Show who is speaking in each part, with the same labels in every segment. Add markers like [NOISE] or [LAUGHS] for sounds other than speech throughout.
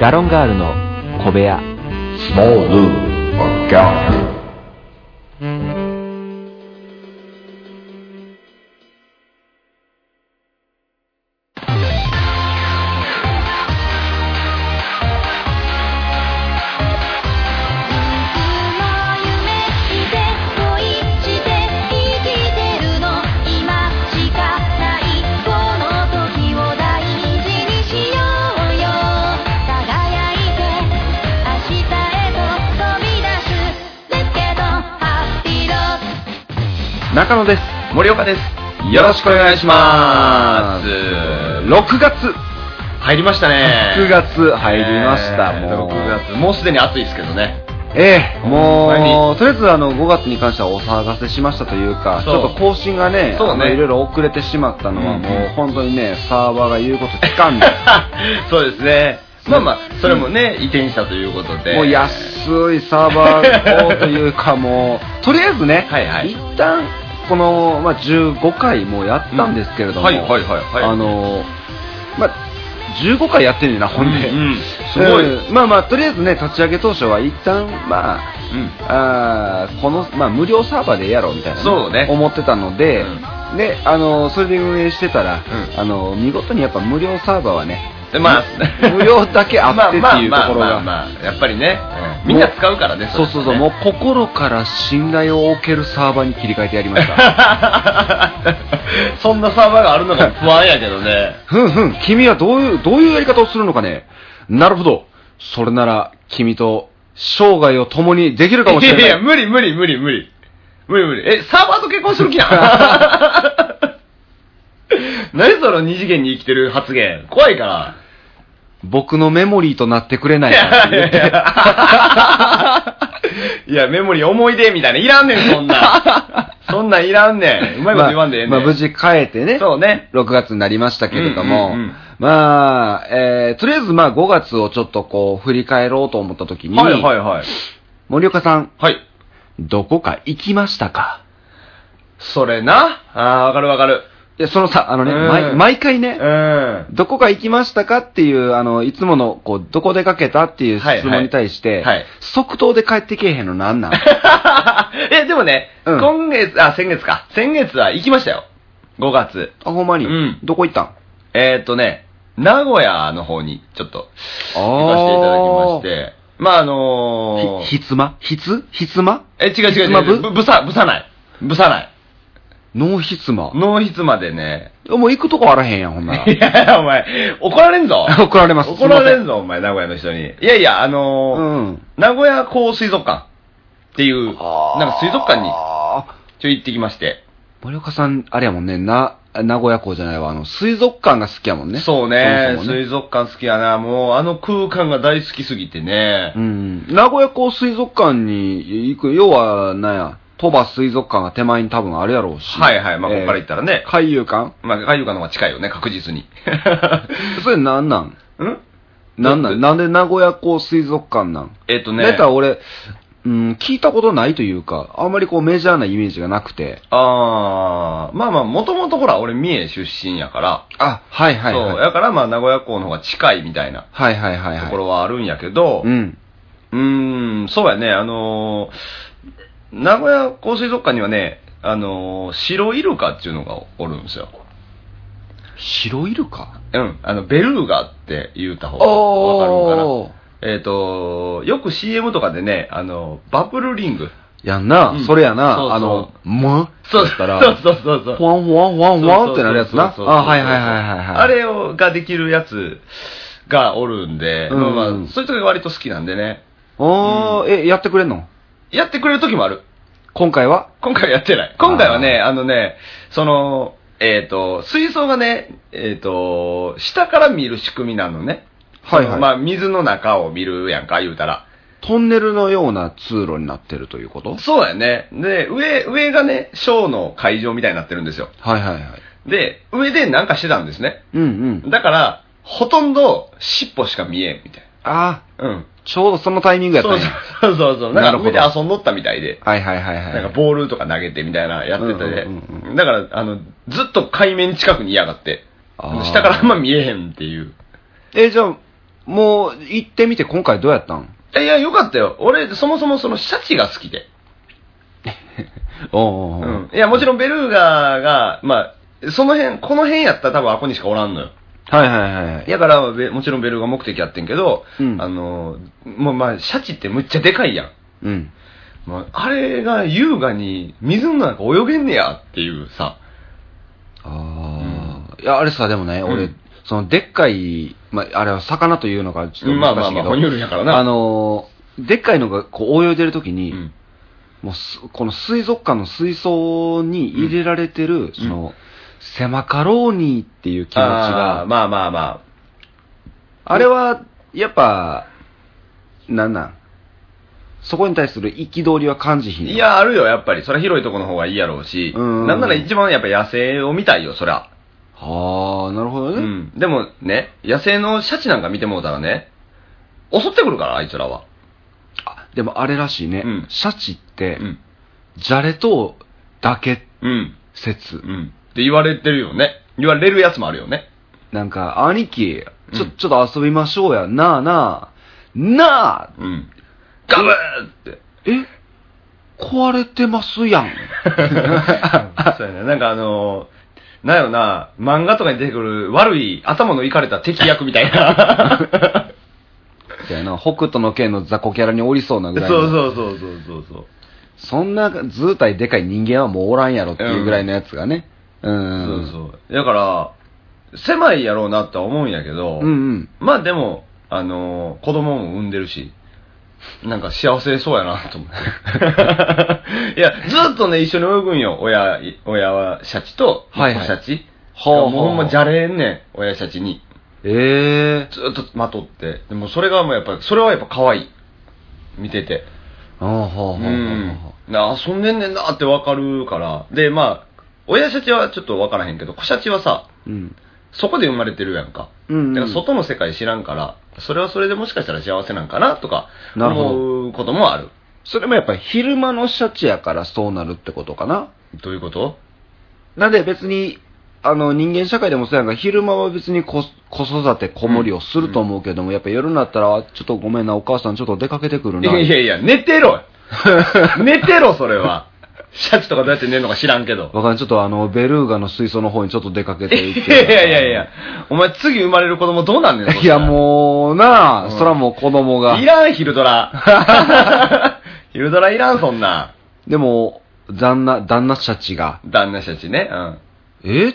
Speaker 1: ガロンガールの小部屋
Speaker 2: Small Zoo or Gallery.
Speaker 3: いつも夢見て恋して生きてるの今しかないこの時を大事にしようよ輝いて明日へと飛び出すレッケのハッピーロード
Speaker 4: 中野です。
Speaker 5: 森岡です。
Speaker 4: よろしくお願いします。6月
Speaker 5: 入りましたね。
Speaker 4: 6月入りました
Speaker 5: えー
Speaker 4: もう
Speaker 5: 6月。もうすでに暑いですけどね。
Speaker 4: ええ、も
Speaker 5: は
Speaker 4: う、とりあえずあの、5月に関してはお騒がせしましたというか、ち
Speaker 5: そう
Speaker 4: ょっと更新がね、
Speaker 5: そうね
Speaker 4: あのいろいろ遅れてしまったのは、
Speaker 5: うん
Speaker 4: もう本当にね、サーバーが言うこと聞か
Speaker 5: [LAUGHS]
Speaker 4: んで、
Speaker 5: そうですね。まあまあ、それもね、移転したということで。
Speaker 4: もう安いサーバーをというかもう、とりあえずね、
Speaker 5: はいはい
Speaker 4: 一旦、この、まあ、15回もやったんですけれども、
Speaker 5: はいはいはいはい。
Speaker 4: あの、まあ、15回やってんねんな、ほんで。
Speaker 5: うんうんすごい
Speaker 4: うんまあまあ、とりあえずね、立ち上げ当初は一旦、まあ、
Speaker 5: うん。
Speaker 4: あーこの、まあ、無料サーバーでええやろみたいな、
Speaker 5: そうね
Speaker 4: 思ってたので、であのそれで運営してたら、
Speaker 5: う
Speaker 4: あの見事にやっぱ無料サーバーはね
Speaker 5: で、まあ、
Speaker 4: [LAUGHS] 無料だけあってっていうと
Speaker 5: まあまあま
Speaker 4: ころ
Speaker 5: あ
Speaker 4: が
Speaker 5: まあまあやっぱりね、みんな使うからね。
Speaker 4: そうそうそう、
Speaker 5: れ
Speaker 4: も
Speaker 5: ね [LAUGHS]
Speaker 4: う心から信頼を置けるサーバーに切り替えてやりました
Speaker 5: [LAUGHS] そんなサーバーがあるのが不安やけどね。
Speaker 4: ふんふん君はどういうどういうやり方をするのかねなるほどそれなら君と生涯を共にできるかもしれない
Speaker 5: やいや、無理無理無理無理。無理無理。え、サーバーと結婚する気な [LAUGHS] 何その二次元に生きてる発言。怖いから。
Speaker 4: 僕のメモリーとなってくれないかって言って
Speaker 5: いや、メモリー思い出みたいな。いらんねん、そんな。そんなんいらんねん。うまいこと言わんでええねん。
Speaker 4: まあまあ無事帰ってね、
Speaker 5: そうね。
Speaker 4: 6月になりましたけれども、
Speaker 5: うんうんうん
Speaker 4: まあ、えー、とりあえずまあ5月をちょっとこう振り返ろうと思った時に、
Speaker 5: はいはいはい。
Speaker 4: 森岡さん、
Speaker 5: はい。
Speaker 4: どこか行きましたか
Speaker 5: それな。ああー、わかるわかる。
Speaker 4: いや、そのさ、あのね、
Speaker 5: うん
Speaker 4: 毎毎回ね、
Speaker 5: [LAUGHS] う
Speaker 4: どこか行きましたかっていう、あの、いつもの、こう、どこ出かけたっていう質問に対し
Speaker 5: は
Speaker 4: て、
Speaker 5: いはいはい
Speaker 4: 即答で帰ってけえへんのな
Speaker 5: [LAUGHS]
Speaker 4: んなん
Speaker 5: ん。え、でもね、
Speaker 4: うん
Speaker 5: 今月、あ、先月か。先月は行きましたよ。5月。
Speaker 4: あ、ほんまに、
Speaker 5: うん
Speaker 4: どこ行ったん
Speaker 5: えーっとね、名古屋の方にちょっと行かせていただきまして、まああのー、
Speaker 4: ひ、ひつまひつひつま
Speaker 5: え、違う違う
Speaker 4: ひつま
Speaker 5: 違
Speaker 4: ぶ
Speaker 5: う、ぶぶさ、ぶさない。ぶさない。
Speaker 4: 脳ひつま。
Speaker 5: 脳筆までね。
Speaker 4: もう行くとこあらへんやん、ほんなら
Speaker 5: [LAUGHS] い。やいや、お前、怒られんぞ。
Speaker 4: [LAUGHS] 怒られます。
Speaker 5: 怒られ
Speaker 4: す
Speaker 5: んぞ、お前、名古屋の人に。いやいや、あ
Speaker 4: いません
Speaker 5: のー、
Speaker 4: うん。
Speaker 5: 名古屋港水族館っていう、なんか水族館に
Speaker 4: あー
Speaker 5: ちょい行ってきまして。
Speaker 4: 森岡さん、あれやもんね、な、名古屋港じゃないわ、あの、水族館が好きやもんね。
Speaker 5: そうね
Speaker 4: そもそもね
Speaker 5: 水族館好きやな。もう、あの空間が大好きすぎてね。
Speaker 4: うん。名古屋港水族館に行く、要は、なんや、鳥羽水族館が手前に多分あるやろうし。
Speaker 5: はいはい、まあ、ここから行ったらね
Speaker 4: えー。海遊館
Speaker 5: まあ、海遊館の方が近いよね、確実に。
Speaker 4: それなんなん
Speaker 5: ん
Speaker 4: なんなんなんで名古屋港水族館なん
Speaker 5: えっと
Speaker 4: だ
Speaker 5: ね
Speaker 4: いた。い俺、うん、聞いたことないというか、あんまりこうメジャーなイメージがなくて。
Speaker 5: あー、まあまあ、もともとほら、俺、三重出身やから、
Speaker 4: あ、はいはいはい。
Speaker 5: そう、だからまあ、名古屋港の方が近いみたいな
Speaker 4: はいはいはいはい。
Speaker 5: ところはあるんやけど、
Speaker 4: うん。
Speaker 5: うーん、そうやね、あのー名古屋港水族館にはね、あのー白イルカっていうのがおるんですよ。
Speaker 4: 白イルカ
Speaker 5: うん、あの、ベルーガって言うた方がわかるんかな。
Speaker 4: か
Speaker 5: えっ、と、よく CM とかでね、あの、バブルリング。
Speaker 4: やんな、
Speaker 5: うん
Speaker 4: それやな、
Speaker 5: そうそう
Speaker 4: あの、も
Speaker 5: そう
Speaker 4: だったら
Speaker 5: そうそうそう
Speaker 4: ふ
Speaker 5: そう。
Speaker 4: わんふわんふわんふわんってなるやつな。
Speaker 5: そうそうそうそう
Speaker 4: あ、はいはいはいはいはい。
Speaker 5: あれを、ができるやつがおるんで、
Speaker 4: うん
Speaker 5: まあまあ、そういう時割と好きなんでね。
Speaker 4: おー、え、やってくれんの
Speaker 5: やってくれる時もある。
Speaker 4: 今回は
Speaker 5: 今回はやってない。今回はね、あのね、その、えっ、と、水槽がね、えっ、と、下から見る仕組みなのね。
Speaker 4: はいはい
Speaker 5: そのまあ、水の中を見るやんか、言うたら。
Speaker 4: トンネルのような通路になってるということ
Speaker 5: そうやね。で、上、上がね、ショーの会場みたいになってるんですよ。
Speaker 4: はいはいはい。
Speaker 5: で、上でなんかしてたんですね。
Speaker 4: うんうん。
Speaker 5: だから、ほとんど尻尾しか見えんみたい
Speaker 4: あ
Speaker 5: な。うん。
Speaker 4: ー、ちょうどそのタイミングやった
Speaker 5: そ
Speaker 4: ね
Speaker 5: う。そうそうそう。な
Speaker 4: なん
Speaker 5: か
Speaker 4: るほど
Speaker 5: 上で遊んどったみたいで。
Speaker 4: はいはいはいはい。
Speaker 5: なんかボールとか投げてみたいなやってて、
Speaker 4: うんうん
Speaker 5: だからあのずっと海面近くにいやがって
Speaker 4: あー
Speaker 5: 下からあんま見えへんっていう
Speaker 4: え、じゃあ、もう、行ってみて今回どうやったん
Speaker 5: いや、よかったよ。俺、そもそもそのシャチが好きで。
Speaker 4: おうおうおう
Speaker 5: うん。いや、もちろんベルーガが、まあ、その辺、この辺やったら多分アコにしかおらんのよ。
Speaker 4: はいはいはいはい。
Speaker 5: やから、べもちろんベルーガ目的やってんけど、
Speaker 4: うん
Speaker 5: あの、もうまあ、シャチってむっちゃでかいやん。
Speaker 4: うん。
Speaker 5: まあ、あれが優雅に水の中泳げんねやっていうさ。
Speaker 4: ああ、いや、あれさ、でもね、俺、
Speaker 5: うん
Speaker 4: その、でっかい、まあ、あれは魚というのか、ちょっと
Speaker 5: まあま
Speaker 4: 難し
Speaker 5: あ
Speaker 4: い
Speaker 5: ま
Speaker 4: け
Speaker 5: あ、
Speaker 4: ど、
Speaker 5: 哺乳類やからな。
Speaker 4: あのーでっかいのが、こう、泳いでるとき
Speaker 5: う
Speaker 4: に、
Speaker 5: ん、
Speaker 4: もうす、この水族館の水槽に入れられてる、その、狭かろうにっていう気持ちが、
Speaker 5: あー
Speaker 4: あ
Speaker 5: まあまあま
Speaker 4: れは、やっぱ、なんなんそこに対する憤りは感じ
Speaker 5: あ。
Speaker 4: ひんの
Speaker 5: い、や、あるよ、やっぱり。それは広いとこの方がいいやろうし。
Speaker 4: うん
Speaker 5: なんなら一番やっぱ野生を見たいよ、そりゃ。
Speaker 4: ああ、なるほどね。
Speaker 5: うん。でもね、野生のシャチなんか見てもうたらね、襲ってくるから、あいつらは。
Speaker 4: あでもあれらしいね、
Speaker 5: うん
Speaker 4: シャチっ
Speaker 5: う
Speaker 4: て、
Speaker 5: ん。
Speaker 4: じゃれとだけ
Speaker 5: うん。
Speaker 4: 説、
Speaker 5: うん。って言われてるよね。言われるやつもあるよね。
Speaker 4: なんか、兄貴、ちょ、
Speaker 5: うん
Speaker 4: ちょっと遊びましょうや、なあなあ、なあ、
Speaker 5: うん。ガブーって。
Speaker 4: え壊れてますやん。
Speaker 5: そうやね。なんかあのーなんやろな、漫画とかに出てくる悪い頭のいかれた敵役みたいな。
Speaker 4: みたいな、北斗の剣の雑魚キャラにおりそうな
Speaker 5: そう
Speaker 4: ぐらいの。
Speaker 5: そうそうそうそうそう。
Speaker 4: そんな図体でかい人間はもうおらんやろっていうぐらいのやつがね。うん。
Speaker 5: そうそう。だから、狭いやろうなとは思うんやけど、
Speaker 4: うんうん。
Speaker 5: まあでも、あのー子供も産んでるし、なんか幸せそうやなと思っ
Speaker 4: [LAUGHS]
Speaker 5: て。いや、ずっとね、一緒に泳ぐんよ、親、親は、シャチと、
Speaker 4: はいはい
Speaker 5: シャチ。
Speaker 4: ほうほう
Speaker 5: もうほんまじゃれんねん、親シャチに。
Speaker 4: ええ
Speaker 5: ずっとまとって。でもそれがもうやっぱ、それはやっぱ可愛い。見てて。
Speaker 4: ああ、ほうほうほう
Speaker 5: う
Speaker 4: ほう
Speaker 5: んな遊んでんねんなってわかるから。で、まあ、親シャチはちょっとわからへんけど、子シャチはさ、
Speaker 4: うん。
Speaker 5: そこで生まれてるやんか。
Speaker 4: うんうん
Speaker 5: だから外の世界知らんから、それはそれでもしかしたら幸せなんかなとか、
Speaker 4: なるほど
Speaker 5: 思うこともある。
Speaker 4: それもやっぱ昼間のシャチやからそうなるってことかな。
Speaker 5: どういうこと
Speaker 4: なんで別に、あの人間社会でもそうやんか、昼間は別に子子育て、子守りをすると思うけども、やっぱ夜になったら、あちょっとごめんな、お母さんちょっと出かけてくる
Speaker 5: い
Speaker 4: な。
Speaker 5: やいやいや、寝てろ [LAUGHS] 寝てろ、それは。シャチとかどうやって寝るのか知らんけど。
Speaker 4: わかんないちょっとあの、ベルーガの水槽の方にちょっと出かけ
Speaker 5: い
Speaker 4: て
Speaker 5: や
Speaker 4: [LAUGHS] いって。
Speaker 5: いやいやいや、お前次生まれる子供どうなんねんそし
Speaker 4: い
Speaker 5: た
Speaker 4: や、
Speaker 5: ら
Speaker 4: もうなあ、
Speaker 5: うん
Speaker 4: そらもう子供が
Speaker 5: い。らん、昼ド
Speaker 4: [LAUGHS]
Speaker 5: ラ。 [LAUGHS] 昼ドラいらん、そんな。
Speaker 4: でも、旦那、旦那たちが、
Speaker 5: 旦那シャチね。うん。
Speaker 4: え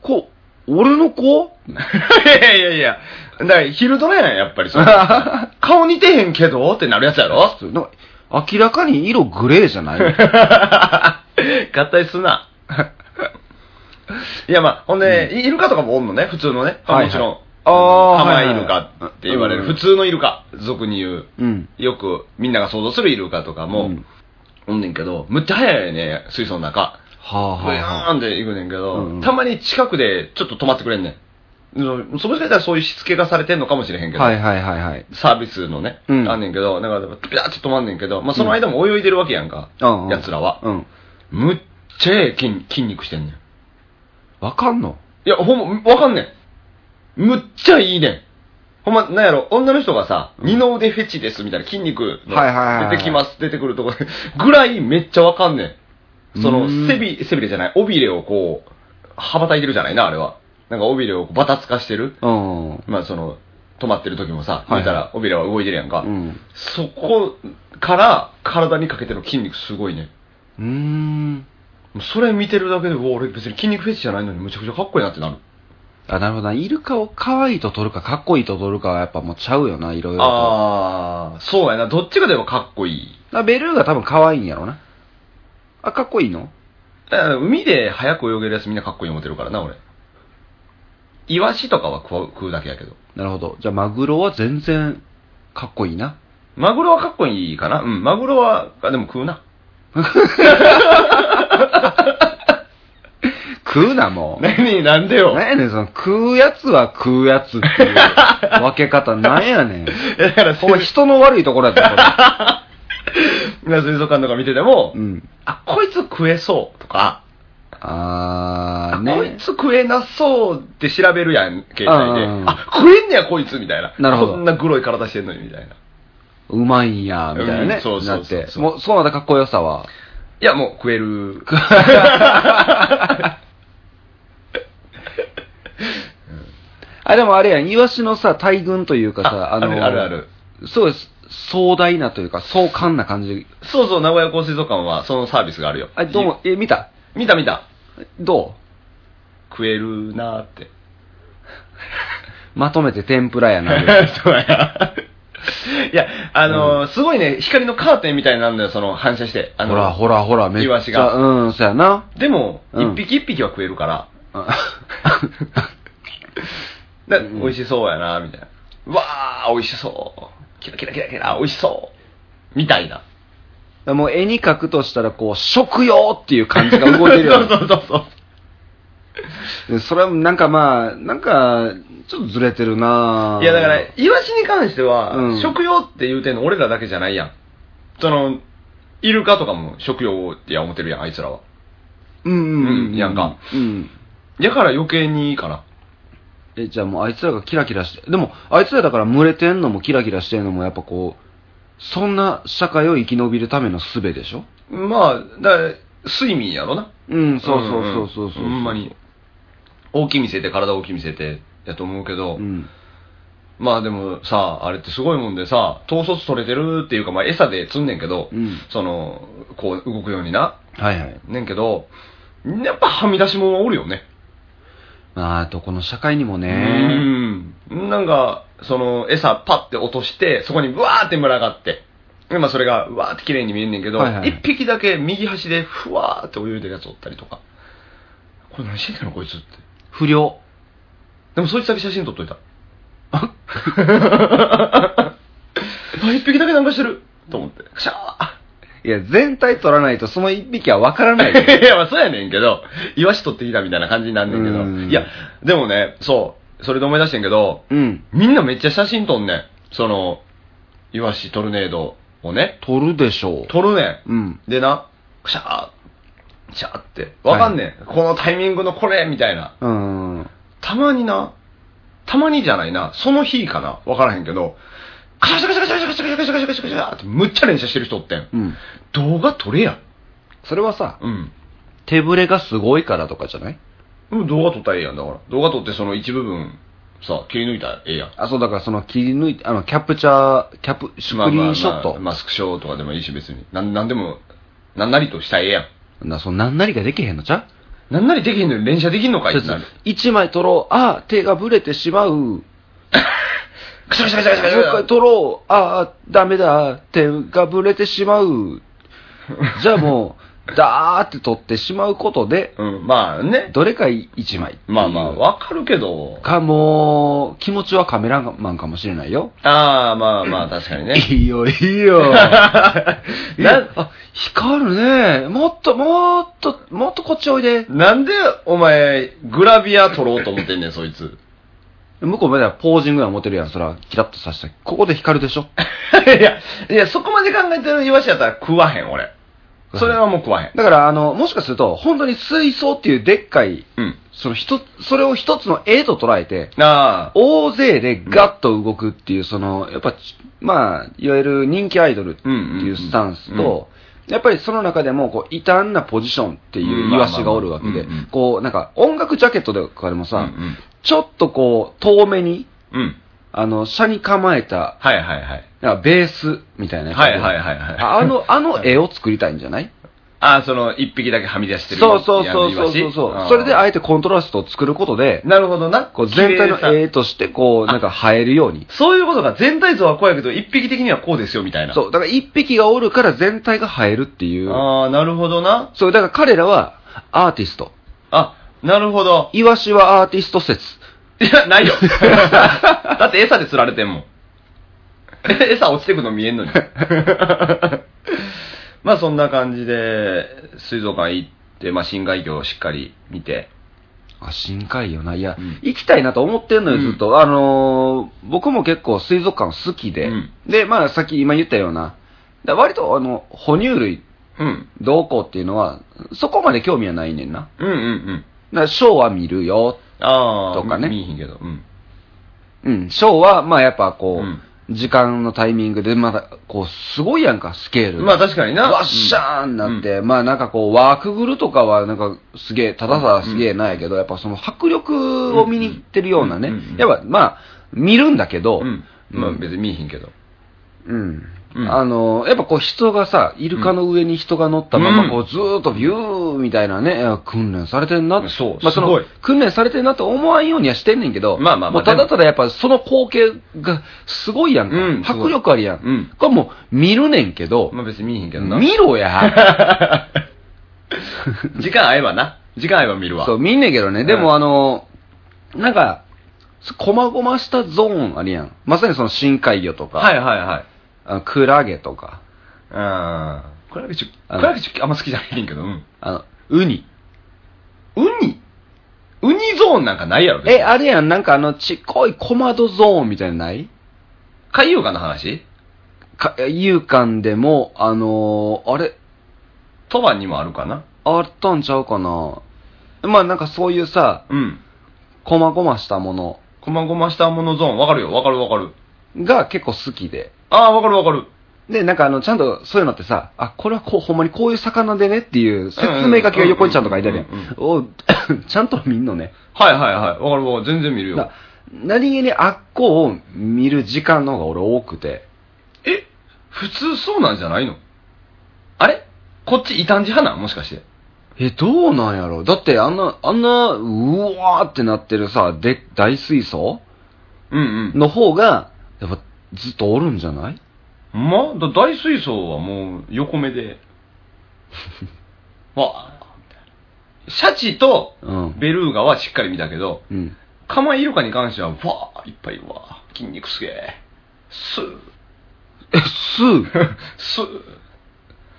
Speaker 4: こ、俺の子
Speaker 5: いやいやいや。だから、昼ドラやん、やっぱりそれ。
Speaker 4: [LAUGHS]
Speaker 5: 顔似てへんけどってなるやつやろ
Speaker 4: なんか明らかに色グレーじゃない
Speaker 5: [LAUGHS] 合体すな。いや、まあ、ほんで、イルカとかもおんのね、普通のね。
Speaker 4: はいはい
Speaker 5: もちろん。
Speaker 4: あー
Speaker 5: ハマ
Speaker 4: はいはい
Speaker 5: イルカって言われる、
Speaker 4: うん
Speaker 5: 普通のイルカ、俗に言う。
Speaker 4: うん。
Speaker 5: よく、みんなが想像するイルカとかも、
Speaker 4: うん
Speaker 5: おんねんけど、むっちゃ早いよね、水槽の中。
Speaker 4: はあ、
Speaker 5: ブ
Speaker 4: は
Speaker 5: ヤ
Speaker 4: あ
Speaker 5: ーンって行くねんけど、
Speaker 4: うん
Speaker 5: たまに近くでちょっと止まってくれんねん。うんそもしかしたらそういうしつけがされてんのかもしれへんけど、
Speaker 4: はいはいはいはい。
Speaker 5: サービスのね、
Speaker 4: うん
Speaker 5: あんねんけど、なんか、ピャーって止まんねんけど、まあ、その間も泳いでるわけやんか、
Speaker 4: うんうん
Speaker 5: 奴らは。
Speaker 4: うん。
Speaker 5: むっちゃええ筋筋肉してんねん。
Speaker 4: わかんの
Speaker 5: いや、ほんま、わかんねん。むっちゃいいねん。ほんま、なんやろ、女の人がさ、二の腕フェチですみたいな筋肉の
Speaker 4: はいはいはいはい
Speaker 5: 出てきます、出てくるとこぐらいめっちゃわかんねん。そうの
Speaker 4: ん、
Speaker 5: 背び、背びれじゃない、尾びれをこう、羽ばたいてるじゃないな、あれは。なんか尾びれをバタつかしてる。
Speaker 4: うん。
Speaker 5: まあ、その、止まってる時もさ、
Speaker 4: はい
Speaker 5: 見たら尾びれは動いてるやんか。
Speaker 4: うん。
Speaker 5: そこから体にかけての筋肉すごいね。
Speaker 4: うーん。
Speaker 5: もうそれ見てるだけで、うわ俺別に筋肉フェチじゃないのにむちゃくちゃかっこいいなってなる。
Speaker 4: あ、なるほどな。イルカを可愛いと撮るか、かっこいいと撮るかはやっぱもうちゃうよな、いろいろと。
Speaker 5: ああ、そうやな。どっちかでもかっこいい。
Speaker 4: だからベルーが多分可愛いんやろな。あ、かっこいいの
Speaker 5: だから海で早く泳げるやつみんなかっこいい思ってるからな、俺。イワシとかは食う食うだけやけど。
Speaker 4: なるほど。じゃあ、マグロは全然、かっこいいな。
Speaker 5: マグロはかっこいいかなうん、マグロは、あでも食う [LAUGHS] な。
Speaker 4: 食うな、も
Speaker 5: [LAUGHS]
Speaker 4: う。
Speaker 5: 何なんでよ
Speaker 4: なんやねん、その、食うやつは食うやつっ
Speaker 5: [LAUGHS]
Speaker 4: ていう分け方、なんやねん。
Speaker 5: いやだから、
Speaker 4: ほんま人の悪いところやった、
Speaker 5: 水族館とか見てても、 [LAUGHS]
Speaker 4: これ。うん。
Speaker 5: あ、こいつ食えそうとか、
Speaker 4: ああー、
Speaker 5: こいつ食えなそうって調べるやん、携帯で
Speaker 4: う。ん
Speaker 5: あ、食えんねや、こいつみたいな。
Speaker 4: なるほど
Speaker 5: こんな黒い体してんのに、みたいな。
Speaker 4: うまいんや、みたいな
Speaker 5: う
Speaker 4: ね
Speaker 5: ん。そうそうそうそう
Speaker 4: なって。もう、そうなったかっこよさは。
Speaker 5: いや、もう食え [LAUGHS] る。
Speaker 4: あ、でもあれやん、イワシのさ、大群というかさ、
Speaker 5: あ
Speaker 4: あの、
Speaker 5: あるあるある。
Speaker 4: そうです。壮大なというか、壮観な感じ。
Speaker 5: そうそう、名古屋港水族館はそのサービスがあるよ。
Speaker 4: あ、どうも、え、見た
Speaker 5: い見た見た。
Speaker 4: ど
Speaker 5: 食えるなーって。
Speaker 4: うまとめて天ぷら
Speaker 5: [LAUGHS]
Speaker 4: やな。
Speaker 5: そうや。いや、あのーすごいね、光のカーテンみたいになるんだよ、その反射して。あの
Speaker 4: ほらほらほら、めっ
Speaker 5: イワシ
Speaker 4: ちゃ、
Speaker 5: が。
Speaker 4: うん、そうやな。 [LAUGHS]
Speaker 5: でも、一、
Speaker 4: うん
Speaker 5: 匹一匹は食えるから、 [LAUGHS] だ
Speaker 4: うん
Speaker 5: 美味しそうやな、みたいな。うわー、美味しそう。キラキラキラキラ、美味しそう。みたいな。
Speaker 4: もう絵に描くとしたら、こう、食用っていう感じが動いてるよ、 [LAUGHS]
Speaker 5: [LAUGHS]
Speaker 4: ね。
Speaker 5: そうそうそうそう。
Speaker 4: でそれはなんかまあ、なんか、ちょっとずれてるない
Speaker 5: いやだから、イワシに関しては、
Speaker 4: うん
Speaker 5: 食用って言うてんの俺らだけじゃないやん。その、イルカとかも食用って思ってるやん、あいつらは。
Speaker 4: うんうん。
Speaker 5: うんやんか。
Speaker 4: うん。
Speaker 5: やから余計にいいかな。
Speaker 4: え、じゃあもうあいつらがキラキラして、でも、あいつらだから群れてんのもキラキラしてんのもやっぱこう、そんな社会を生き延びるための術でしょ
Speaker 5: まあ、だから、睡眠やろな。
Speaker 4: うん、そうそうそうそうそう。
Speaker 5: んほんまに。大きい見せて、体大きい見せて、やと思うけ
Speaker 4: う
Speaker 5: ど、
Speaker 4: ん。
Speaker 5: まあでもさ、あれってすごいもんでさ、統率取れてるっていうか、まあ餌で釣んねんけど、
Speaker 4: うん。
Speaker 5: その、こう動くようにな。
Speaker 4: はいはい。
Speaker 5: ねんけど、やっぱはみ出し者はおるよね。
Speaker 4: まあ、あとこの社会にも
Speaker 5: う
Speaker 4: ね、
Speaker 5: ん。なんか、その、餌パッて落として、そこにブワーって群がって、今それがうわーって綺麗に見えんねんけど、一、
Speaker 4: はいはい
Speaker 5: 匹だけ右端でふわーって泳いでるやつおったりとか。これ何してんのこいつって。
Speaker 4: 不良。
Speaker 5: でもそいつだけ写真撮っといた。 [LAUGHS] あ、一匹だけなんかしてると思って。くしゃ
Speaker 4: いや、全体取らないとその一匹はわからない [LAUGHS] よ。
Speaker 5: ー [LAUGHS] いや、まあそうやねんけど、イワシ取ってきたみたいな感じになんねんけ
Speaker 4: う
Speaker 5: ど。
Speaker 4: ん
Speaker 5: いや、でもね、そう、それで思い出してんけど、
Speaker 4: うん。
Speaker 5: みんなめっちゃ写真撮んねん。その、イワシトルネードをね。
Speaker 4: 取るでしょ
Speaker 5: 撮るね
Speaker 4: う。うん。
Speaker 5: ん。でな、くしゃー、くしゃーって。わかんねん、このタイミングのこれみたいな。
Speaker 4: うん。
Speaker 5: たまにな、たまにじゃないな、その日かな。わからへんけど、カシャカシャカシャカシャカシャカシャカシャカシャカシャってむっちゃ連射してる人おってん。
Speaker 4: うん。
Speaker 5: 動画撮れや。
Speaker 4: それはさ、
Speaker 5: うん。
Speaker 4: 手ぶれがすごいからとかじゃない
Speaker 5: うん動画撮ったらええやん、だから。動画撮ってその一部分、さ、切り抜いたらええやん。
Speaker 4: あ、そう、だからその切り抜いて、あの、キャプチャー、キャプ、スクリーンショッ
Speaker 5: まあまあまあ
Speaker 4: ト。
Speaker 5: まあスクショとかでもいいし別に。なん、なんでも、なんなりとしたらええやん。
Speaker 4: な、その何なりができへんのちゃう
Speaker 5: なんなりできへんのに連射できんのかい
Speaker 4: そう
Speaker 5: ってな
Speaker 4: そう
Speaker 5: る。
Speaker 4: 一枚取ろう、ああ、手がぶれてしまう、もう
Speaker 5: カシャカシャカシャ
Speaker 4: 一
Speaker 5: カシャカ
Speaker 4: 回
Speaker 5: シャ。
Speaker 4: 取ろう、ああ、ダメだ、手がぶれてしまう、じゃあもう、だーって取ってしまうことで、
Speaker 5: うん、まあね。
Speaker 4: どれか一枚、
Speaker 5: まあまあ、わかるけど。
Speaker 4: かもう、気持ちはカメラマンかもしれないよ。
Speaker 5: ああ、まあまあ、確かにね。
Speaker 4: いいよ、いい [LAUGHS] よ。いやあ光るね、もっと、もっと、もっとこっちおいで。
Speaker 5: なんで、お前、グラビア撮ろうと思ってんねん、そいつ。
Speaker 4: 向こうまではポージングは持てるやん、そら、キラッとさせた。ここで光るでしょ。
Speaker 5: いや、いや、そこまで考えてるイワシやったら食わへん、俺。それはもう食わへん。
Speaker 4: だから、あの、もしかすると、本当に水槽っていうでっかい、
Speaker 5: うん。
Speaker 4: その一つ、それを一つの絵と捉えて、
Speaker 5: ああ。
Speaker 4: 大勢でガッと動くっていう、その、やっぱ、ちまあ、いわゆる人気アイドルっていうスタンス
Speaker 5: うんうんうん
Speaker 4: と、やっぱりその中でも、こう、異端なポジションっていうイワシがおるわけ
Speaker 5: うんま
Speaker 4: で
Speaker 5: あまあまあうんうん、
Speaker 4: こう、なんか、音楽ジャケットとかでも
Speaker 5: う
Speaker 4: さ、
Speaker 5: ん
Speaker 4: ちょっとこう、遠めに、
Speaker 5: うん。うん。
Speaker 4: あの、車に構えた、
Speaker 5: はいはいはい。
Speaker 4: なんかベースみたいな。
Speaker 5: はいはいはいはい
Speaker 4: あの、あの絵を作りたいんじゃない
Speaker 5: ああ、その、一匹だけはみ出してる。
Speaker 4: そうそうそうそうそうそう
Speaker 5: ああ
Speaker 4: それであえてコントラストを作ることで、
Speaker 5: なるほどな。
Speaker 4: こう全体
Speaker 5: 綺麗さ
Speaker 4: の絵として、こう、なんか映えるように。
Speaker 5: そういうことが、全体像はこうやけど、一匹的にはこうですよ、みたいな。
Speaker 4: そう、だから一匹がおるから全体が映えるっていう。
Speaker 5: ああ、なるほどな。
Speaker 4: そう、だから彼らはアーティスト。
Speaker 5: あ、なるほど。
Speaker 4: イワシはアーティスト説。
Speaker 5: いや、 [LAUGHS] ないよ。だって餌で釣られてん [LAUGHS] もん。え餌落ちてくの見え [LAUGHS] んのに。まあそんな感じで、水族館行って、まあ深海魚をしっかり見て。
Speaker 4: あ、深海よな。いや、
Speaker 5: うん
Speaker 4: 行きたいなと思ってんの
Speaker 5: うん
Speaker 4: よ、ずっと。あのー僕も結構水族館好きで。
Speaker 5: うん
Speaker 4: で、まあさっき今言ったような。だから割と、あの、哺乳類
Speaker 5: うん。
Speaker 4: どうこうっていうのは、そこまで興味はないねんな。
Speaker 5: うんうんうん。
Speaker 4: だから、ショーは見るよ。
Speaker 5: ああ、
Speaker 4: とかね
Speaker 5: 見見えへんけど。うん。
Speaker 4: うん、ショーは、まあやっぱこう、
Speaker 5: うん
Speaker 4: 時間のタイミングで、まだ、こう、すごいやんか、スケールが。
Speaker 5: まあ確かにな。
Speaker 4: わっしゃーんなって、
Speaker 5: うん
Speaker 4: まあなんかこう、ワークグルとかはなんかすげえ、ただただすげえなんやけど、やっぱその迫力を見に行ってるようなね
Speaker 5: うんうんう、ん
Speaker 4: やっぱまあ、見るんだけど、
Speaker 5: うん。まあ別に見えへんけど。
Speaker 4: うん。
Speaker 5: うん
Speaker 4: あの、やっぱこう人がさ、イルカの上に人が乗ったま
Speaker 5: う
Speaker 4: ま、
Speaker 5: ん
Speaker 4: こうずーっとビューみたいなね、いや訓練されてんなって
Speaker 5: そう
Speaker 4: まあそ
Speaker 5: す
Speaker 4: の
Speaker 5: ごい
Speaker 4: 訓練されてんなと思わんようにはしてんねんけど、
Speaker 5: まあまあまあ
Speaker 4: もうただただやっぱその光景がすごいやんか。
Speaker 5: うんすごい
Speaker 4: 迫力あるやん。
Speaker 5: うん
Speaker 4: これもう見るねんけど、
Speaker 5: まあ別に見えへんけどな。
Speaker 4: 見
Speaker 5: [LAUGHS]
Speaker 4: ろや
Speaker 5: 時間合えばな。時間合えば見るわ。
Speaker 4: そう、見んねんけどね。で
Speaker 5: うん
Speaker 4: もあの、なんか、こまごましたゾーンあるやん。まさにその深海魚とか、
Speaker 5: はいはいはい。
Speaker 4: あのクラゲとか、
Speaker 5: ああ。クラゲチ
Speaker 4: あ
Speaker 5: ュ、
Speaker 4: の
Speaker 5: クラゲチュあんま好きじゃないねんけど。うん。
Speaker 4: あの、ウニ。
Speaker 5: ウニウニゾーンなんかないやろ別に
Speaker 4: え、あれやん、なんかあの、ちっこい小窓ゾーンみたいなのない
Speaker 5: 海洋館の話
Speaker 4: か、遊館でも、あのーあれ、
Speaker 5: 鳥羽にもあるかな
Speaker 4: あったんちゃうかなまあなんかそういうさ、
Speaker 5: うん。
Speaker 4: こまごましたもの
Speaker 5: こまごましたものゾーン。わかるよ。わかるわかる。
Speaker 4: が結構好きで。
Speaker 5: ああ、わかるわかる。
Speaker 4: で、なんかあの、ちゃんとそういうのってさ、あ、これはこう、ほんまにこういう魚でねっていう説明書きが横にちゃんと書いてあるや
Speaker 5: うんうんうん
Speaker 4: ん。お [COUGHS] ちゃんと見んのね。
Speaker 5: はいはいはい。わかるわかる。全然見るよ
Speaker 4: な。何気にあっこを見る時間の方が俺多くて。
Speaker 5: え普通そうなんじゃないのあれこっち異端児派なんもしかして。
Speaker 4: え、どうなんやろだって、あんな、あんな、うわーってなってるさ、で、大水槽
Speaker 5: うんうん。
Speaker 4: の方が、やっぱ、ずっとおるんじゃない
Speaker 5: まだ大水槽はもう横目 [LAUGHS] で。わあ。シャチと
Speaker 4: うん。
Speaker 5: ベルーガはしっかり見たけど、
Speaker 4: うん。
Speaker 5: カマイルカに関しては、わあ、いっぱいいるわ。筋肉すげえ。スー、
Speaker 4: え、スー [LAUGHS]
Speaker 5: スー。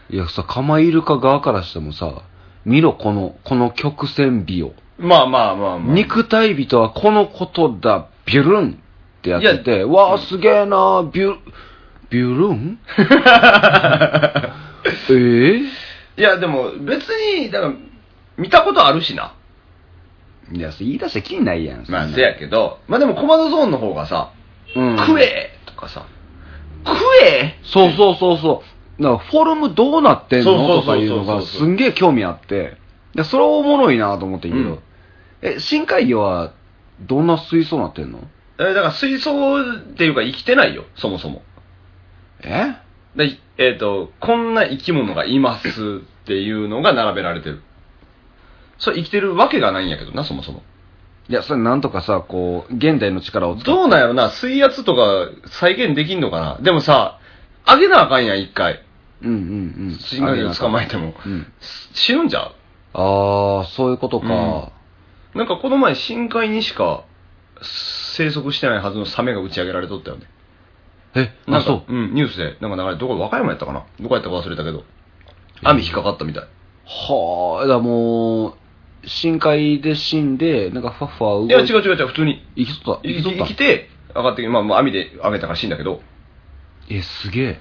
Speaker 4: いやさ、カマイルカ側からしてもさ、見ろ、この、この曲線美を。
Speaker 5: まあまあまあまあ。
Speaker 4: 肉体美とはこのことだ、ビュルンってやって
Speaker 5: い
Speaker 4: て、
Speaker 5: や
Speaker 4: わあ、すげえなービュ、ビュル [LAUGHS] ンえー
Speaker 5: いや、でも別に、だから、見たことあるしな。
Speaker 4: いや、言い出して気にないやん。そん
Speaker 5: ま
Speaker 4: な
Speaker 5: あ、せやけど、まあでもコマンドゾーンの方がさ、
Speaker 4: うん。
Speaker 5: 食えとかさ、食え
Speaker 4: そうそうそうそう。だからフォルムどうなってん
Speaker 5: そう
Speaker 4: の
Speaker 5: そ
Speaker 4: と
Speaker 5: うそうそう
Speaker 4: かいうのがすんげえ興味あって、いやそれはおもろいなと思ってんけど、
Speaker 5: うん
Speaker 4: え、深海魚はどんな水槽なってんの
Speaker 5: えだから水槽っていうか生きてないよ、そもそも。
Speaker 4: え
Speaker 5: でえっ、と、こんな生き物がいますっていうのが並べられてる。それ生きてるわけがないんやけどな、そもそも。
Speaker 4: いや、それなんとかさ、こう、現代の力を使って。
Speaker 5: どうなんやろな、水圧とか再現できんのかな。でもさ、あげなあかんやん、一回。
Speaker 4: うんうんうん。
Speaker 5: 深海魚捕まえても。
Speaker 4: うん。
Speaker 5: 死ぬんじゃう
Speaker 4: ああ、そういうことか。
Speaker 5: うんなんかこの前深海にしか生息してないはずのサメが打ち上げられとったよね。
Speaker 4: え、
Speaker 5: な
Speaker 4: あ、
Speaker 5: んか
Speaker 4: そう。
Speaker 5: ん、ニュースで、なんか流れて、どこ、和歌山やったかなどこやったか忘れたけど、網引っかかったみたい。
Speaker 4: はあ、だからもう、深海で死んで、なんかふわふわ動い
Speaker 5: いや、違う違う違う、普通に。
Speaker 4: 生きとった。
Speaker 5: い
Speaker 4: 生きとった
Speaker 5: 生き。て、上がってきて、まあ、まあ網で上げたから死んだけど、
Speaker 4: え、すげえ。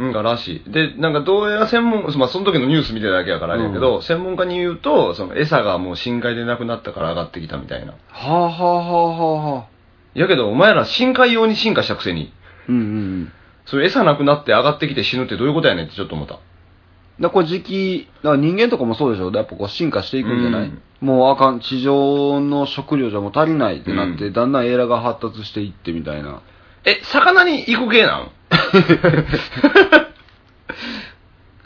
Speaker 5: うん、がらしい。で、なんかどうやら専門、まあ、その時のニュース見てるだけやからあれやけど、
Speaker 4: う
Speaker 5: 専門家に言うと、その餌がもう深海でなくなったから上がってきたみたいな。
Speaker 4: はあはあはあはあはあ。
Speaker 5: やけど、お前ら深海用に進化したくせに、
Speaker 4: うんうんうん。だか
Speaker 5: それ餌なくなって上がってきて死ぬってどういうことやねんってちょっと思った。
Speaker 4: らこれ時期、だから人間とかもそうでしょ。やっぱこう進化していくんじゃない、
Speaker 5: うん
Speaker 4: もうあかん、地上の食料じゃもう足りないってなって、
Speaker 5: うん
Speaker 4: だんだんエラが発達していってみたいな。
Speaker 5: え、魚に行く系なの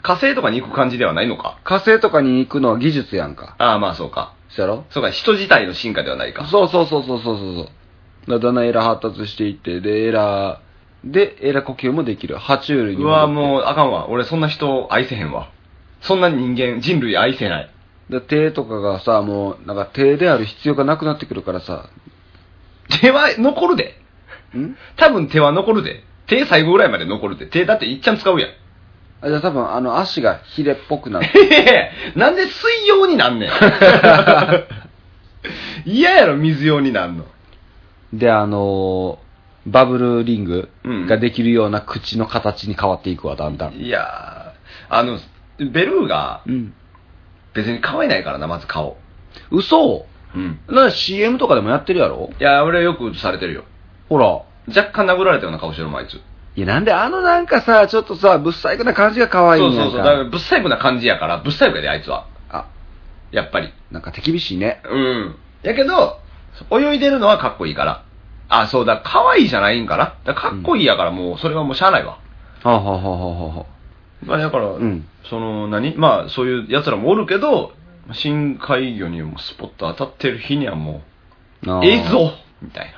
Speaker 5: 火星とかに行く感じではないのか
Speaker 4: 火星とかに行くのは技術やんか。
Speaker 5: ああ、まあそうか。
Speaker 4: そやろ
Speaker 5: そうか、人自体の進化ではないか。
Speaker 4: そうそうそうそうそうそうそう。だからだんだんエラ発達していって、で、エラで、エラ呼吸もできる。爬虫類に
Speaker 5: うわ、
Speaker 4: う。
Speaker 5: もうあかんわ。俺そんな人愛せへんわ。そんな人間、人類愛せない。
Speaker 4: で手とかがさ、もう、なんか手である必要がなくなってくるからさ、
Speaker 5: 手は残るで。
Speaker 4: ん
Speaker 5: 多分手は残るで。手最後ぐらいまで残るで。手だっていっちゃん使うやん。 [LAUGHS]
Speaker 4: あじゃあ多分あの足がヒレっぽくなる。
Speaker 5: へへへなんで水用になんねん。 [LAUGHS] 嫌やろ、水用になんの。
Speaker 4: で、あのーバブルリング
Speaker 5: うん
Speaker 4: ができるような口の形に変わっていくわ、だんだん。
Speaker 5: いやー、あの、ベルーが
Speaker 4: うん。
Speaker 5: 別に可愛いないからな、まず顔。
Speaker 4: 嘘
Speaker 5: うん。
Speaker 4: な、CM とかでもやってるやろ
Speaker 5: いや、俺よくされてるよ。
Speaker 4: ほら。
Speaker 5: 若干殴られたような顔してるもん、あいつ。
Speaker 4: いや、なんであのなんかさ、ちょっとさ、ぶっさいくな感じが可愛い
Speaker 5: そ
Speaker 4: ん
Speaker 5: う
Speaker 4: や
Speaker 5: そ
Speaker 4: ん
Speaker 5: う
Speaker 4: か
Speaker 5: そう。だから、ぶっさいくな感じやから、ぶっさいくやで、あいつは。
Speaker 4: あ、
Speaker 5: やっぱり。
Speaker 4: なんか手厳しいね。
Speaker 5: うん。やけど、泳いでるのはかっこいいから。あ、そうだ、可愛いじゃないんかな。だからかっこいいやから、もう、それはもうしゃあないわ。
Speaker 4: はあ、はあはあはあは
Speaker 5: まあ、だから、
Speaker 4: うん
Speaker 5: その、何まあ、そういう奴らもおるけど、深海魚にもスポット当たってる日にはも
Speaker 4: あ
Speaker 5: う、
Speaker 4: ー
Speaker 5: ええぞみたい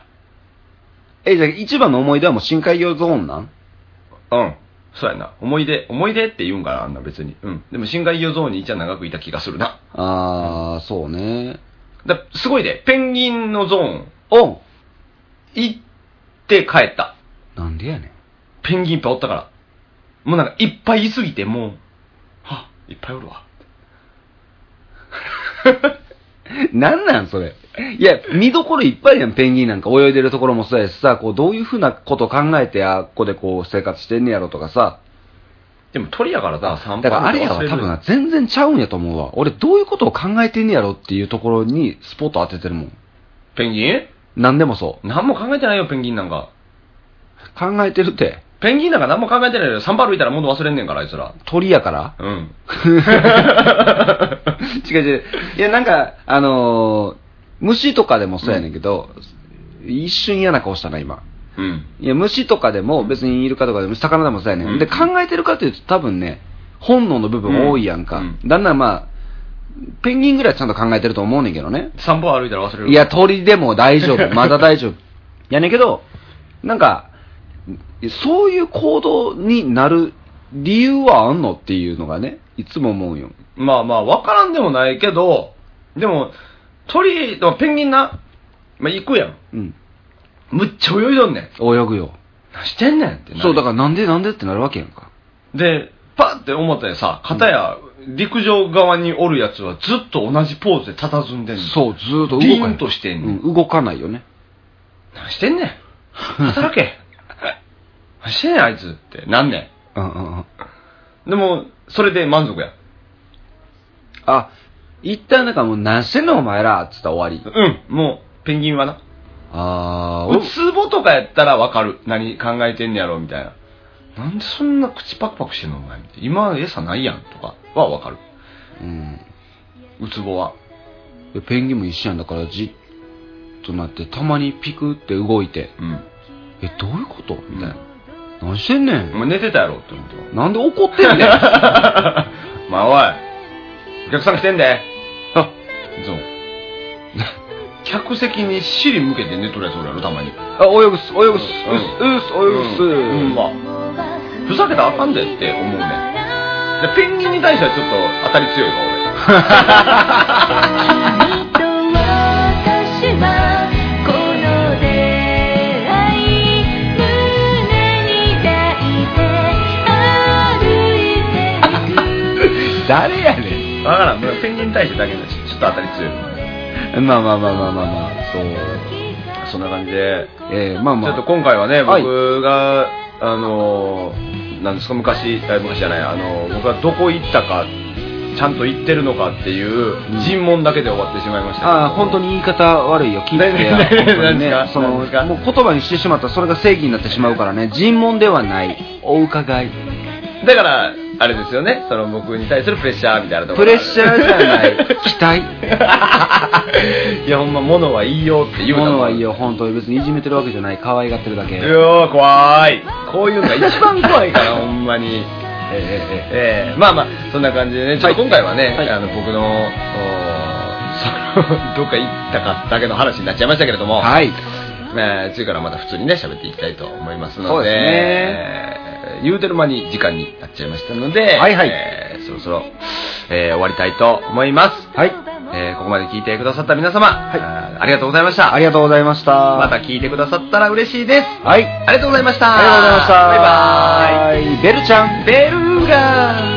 Speaker 4: え、じゃあ一番の思い出はもう深海魚ゾーンなん
Speaker 5: な。うん。そうやな。思い出、思い出って言うんかな、あんな別に。うん。でも、深海魚ゾーンにいちゃ長くいた気がするな。
Speaker 4: あー、そうね。
Speaker 5: だすごいで、ペンギンのゾーン、
Speaker 4: おん
Speaker 5: 行って帰った。
Speaker 4: なんでやねん。
Speaker 5: ペンギンいっぱいおったから。もうなんかいっぱいいすぎて、もう、はぁ、いっぱいおるわ。
Speaker 4: [LAUGHS] なんなんそれ。いや、見どころいっぱいやん、ペンギンなんか泳いでるところもそうやしさ、こう、どういうふうなこと考えて、あっこでこう、生活してんねやろとかさ。
Speaker 5: でも鳥やからさ、散歩
Speaker 4: だからあれやわ、多分な、全然ちゃうんやと思うわ。俺、どういうことを考えてんねやろっていうところに、スポット当ててるもん。
Speaker 5: ペンギン
Speaker 4: なんでもそ
Speaker 5: 何も考えてないよ、ペンギンなんか。
Speaker 4: う。考えてるって、
Speaker 5: ペンギンなんか何も考えてないよ。散歩歩いたらもう忘れんねんから、あいつら。
Speaker 4: 鳥やから [LAUGHS]
Speaker 5: うん。
Speaker 4: 違う違う。いや、なんか、あのー虫とかでもそうやねんけど、一瞬嫌な顔したな、今。
Speaker 5: うん。
Speaker 4: いや、虫とかでも、別にイルカとかでも、魚でもそうやねん。
Speaker 5: うん
Speaker 4: で、考えてるかというと、多分ね、本能の部分多いやんか。
Speaker 5: うん
Speaker 4: だんだんまあ、ペンギンぐらいちゃんと考えてると思うねんけどね。
Speaker 5: 散歩歩いたら忘れる。
Speaker 4: いや、、鳥でも大丈 [LAUGHS] 夫。まだ大丈夫。やねんけど、なんか、そういう行動になる理由はあんのっていうのがね、いつも思うよ。
Speaker 5: まあまあ、わからんでもないけど、でも、鳥、でもペンギンな、まあ行くやん。
Speaker 4: うん。
Speaker 5: むっちゃ泳いどんねん。
Speaker 4: 泳ぐよ。
Speaker 5: 何してんねんってなる
Speaker 4: そう、だからなんでなんでってなるわけやんか。
Speaker 5: で、パって思ったらさ、片や陸上側におるやつはずっと同じポーズで佇んでんの。
Speaker 4: そう、ずーっと動か
Speaker 5: リ
Speaker 4: ない。
Speaker 5: ーンとしてんねん
Speaker 4: うん、動かないよね。
Speaker 5: 何してんねん。働け。 [LAUGHS] 何してんねん、あいつって。なんね
Speaker 4: うんうんうん。
Speaker 5: ん。でも、それで満足や。
Speaker 4: あ、一旦なんかもう何してんのお前らっつったら終わり。
Speaker 5: うん、もう、ペンギンはな。
Speaker 4: あー、
Speaker 5: ウツボとかやったらわかる。何考えてんねやろ、みたいな。なんでそんな口パクパクしてんの、お前。今、餌ないやん、とかはわかる。
Speaker 4: うん。
Speaker 5: ウツボは。
Speaker 4: でペンギンも一緒やんだから、じっとなって、たまにピクって動いて、
Speaker 5: うん。
Speaker 4: え、どういうことみ
Speaker 5: み
Speaker 4: た
Speaker 5: たいな。。
Speaker 4: いな何してんねん
Speaker 5: お。前寝てたやろ、って思って。
Speaker 4: なんで怒ってんねん。
Speaker 5: まあおい、お客さん来てんで。あ、そう。 [LAUGHS] 客席に尻向けて寝とるやつおるやろ、たまに。
Speaker 4: あ、泳ぐっす、泳ぐっす、
Speaker 5: うん
Speaker 4: うっす、うっす、泳ぐっす。
Speaker 5: うん、うんまあ。ふざけたらあかんでって思うね。でペンギンに対してはちょっと当たり強いわ、俺。
Speaker 3: 「君と私はこの出会い」「胸に抱いて歩いていく」
Speaker 4: 誰や [LAUGHS] ね
Speaker 5: わからん、もうペンギンに対してだけだし、ちょっと当たり強い。
Speaker 4: ん。まあまあまあまあまあまあ、そう。
Speaker 5: そんな感じで、
Speaker 4: えー、まあまあ。
Speaker 5: ちょっと今回はね、
Speaker 4: はい
Speaker 5: 僕が、あのー、なんですか、昔、あ昔じゃない、あのー僕はどこ行ったか、ちゃんと行ってるのかっていう
Speaker 4: うん
Speaker 5: 尋問だけで終わってしまいましたけど。
Speaker 4: ああ、本当に言い方悪いよ、聞いてて
Speaker 5: 何何
Speaker 4: 本当に
Speaker 5: 何
Speaker 4: ね
Speaker 5: ですか
Speaker 4: その
Speaker 5: 何
Speaker 4: も
Speaker 5: です
Speaker 4: う
Speaker 5: か
Speaker 4: 言葉にしてしまったらそれが正義になってしまうからね、尋問ではない、お伺い、
Speaker 5: だから、あれですよね、その僕に対するプレッシャーみたいなとこ
Speaker 4: プ
Speaker 5: ろ
Speaker 4: レッシャーじゃ
Speaker 5: [LAUGHS]
Speaker 4: ない、期待、
Speaker 5: い。いや、ほんま、物はいいよって言う
Speaker 4: も
Speaker 5: た
Speaker 4: のはいい。よ、本当に別にいじめてるわけじゃない、可愛がってるだけ、
Speaker 5: い
Speaker 4: え
Speaker 5: やー、怖い。こういうのが一番怖いから、ほんまに。
Speaker 4: ええ
Speaker 5: え
Speaker 4: え
Speaker 5: ー、まあまあ、そんな感じでね、ちょっと今回はね、
Speaker 4: はい
Speaker 5: あの僕の、おーその [LAUGHS] どっか行ったかだけの話になっちゃいましたけれども、
Speaker 4: はい、
Speaker 5: えー、次からまた普通にね、喋っていきたいと思いますので、
Speaker 4: そうですね
Speaker 5: えー言うてる間に時間になっちゃいましたので、
Speaker 4: はいはい
Speaker 5: えーそろそろ、えー終わりたいと思います。
Speaker 4: はい
Speaker 5: えーここまで聞いてくださった皆様、
Speaker 4: い
Speaker 5: あーありがとうございました。
Speaker 4: ありがとうございました。
Speaker 5: また聞いてくださったら嬉しいです。
Speaker 4: はい、
Speaker 5: ありがとうございました。
Speaker 4: ありがとうござ
Speaker 5: バイバ
Speaker 4: いました。
Speaker 5: ーイ。
Speaker 4: イ。ベルちゃん。
Speaker 5: ベルーガー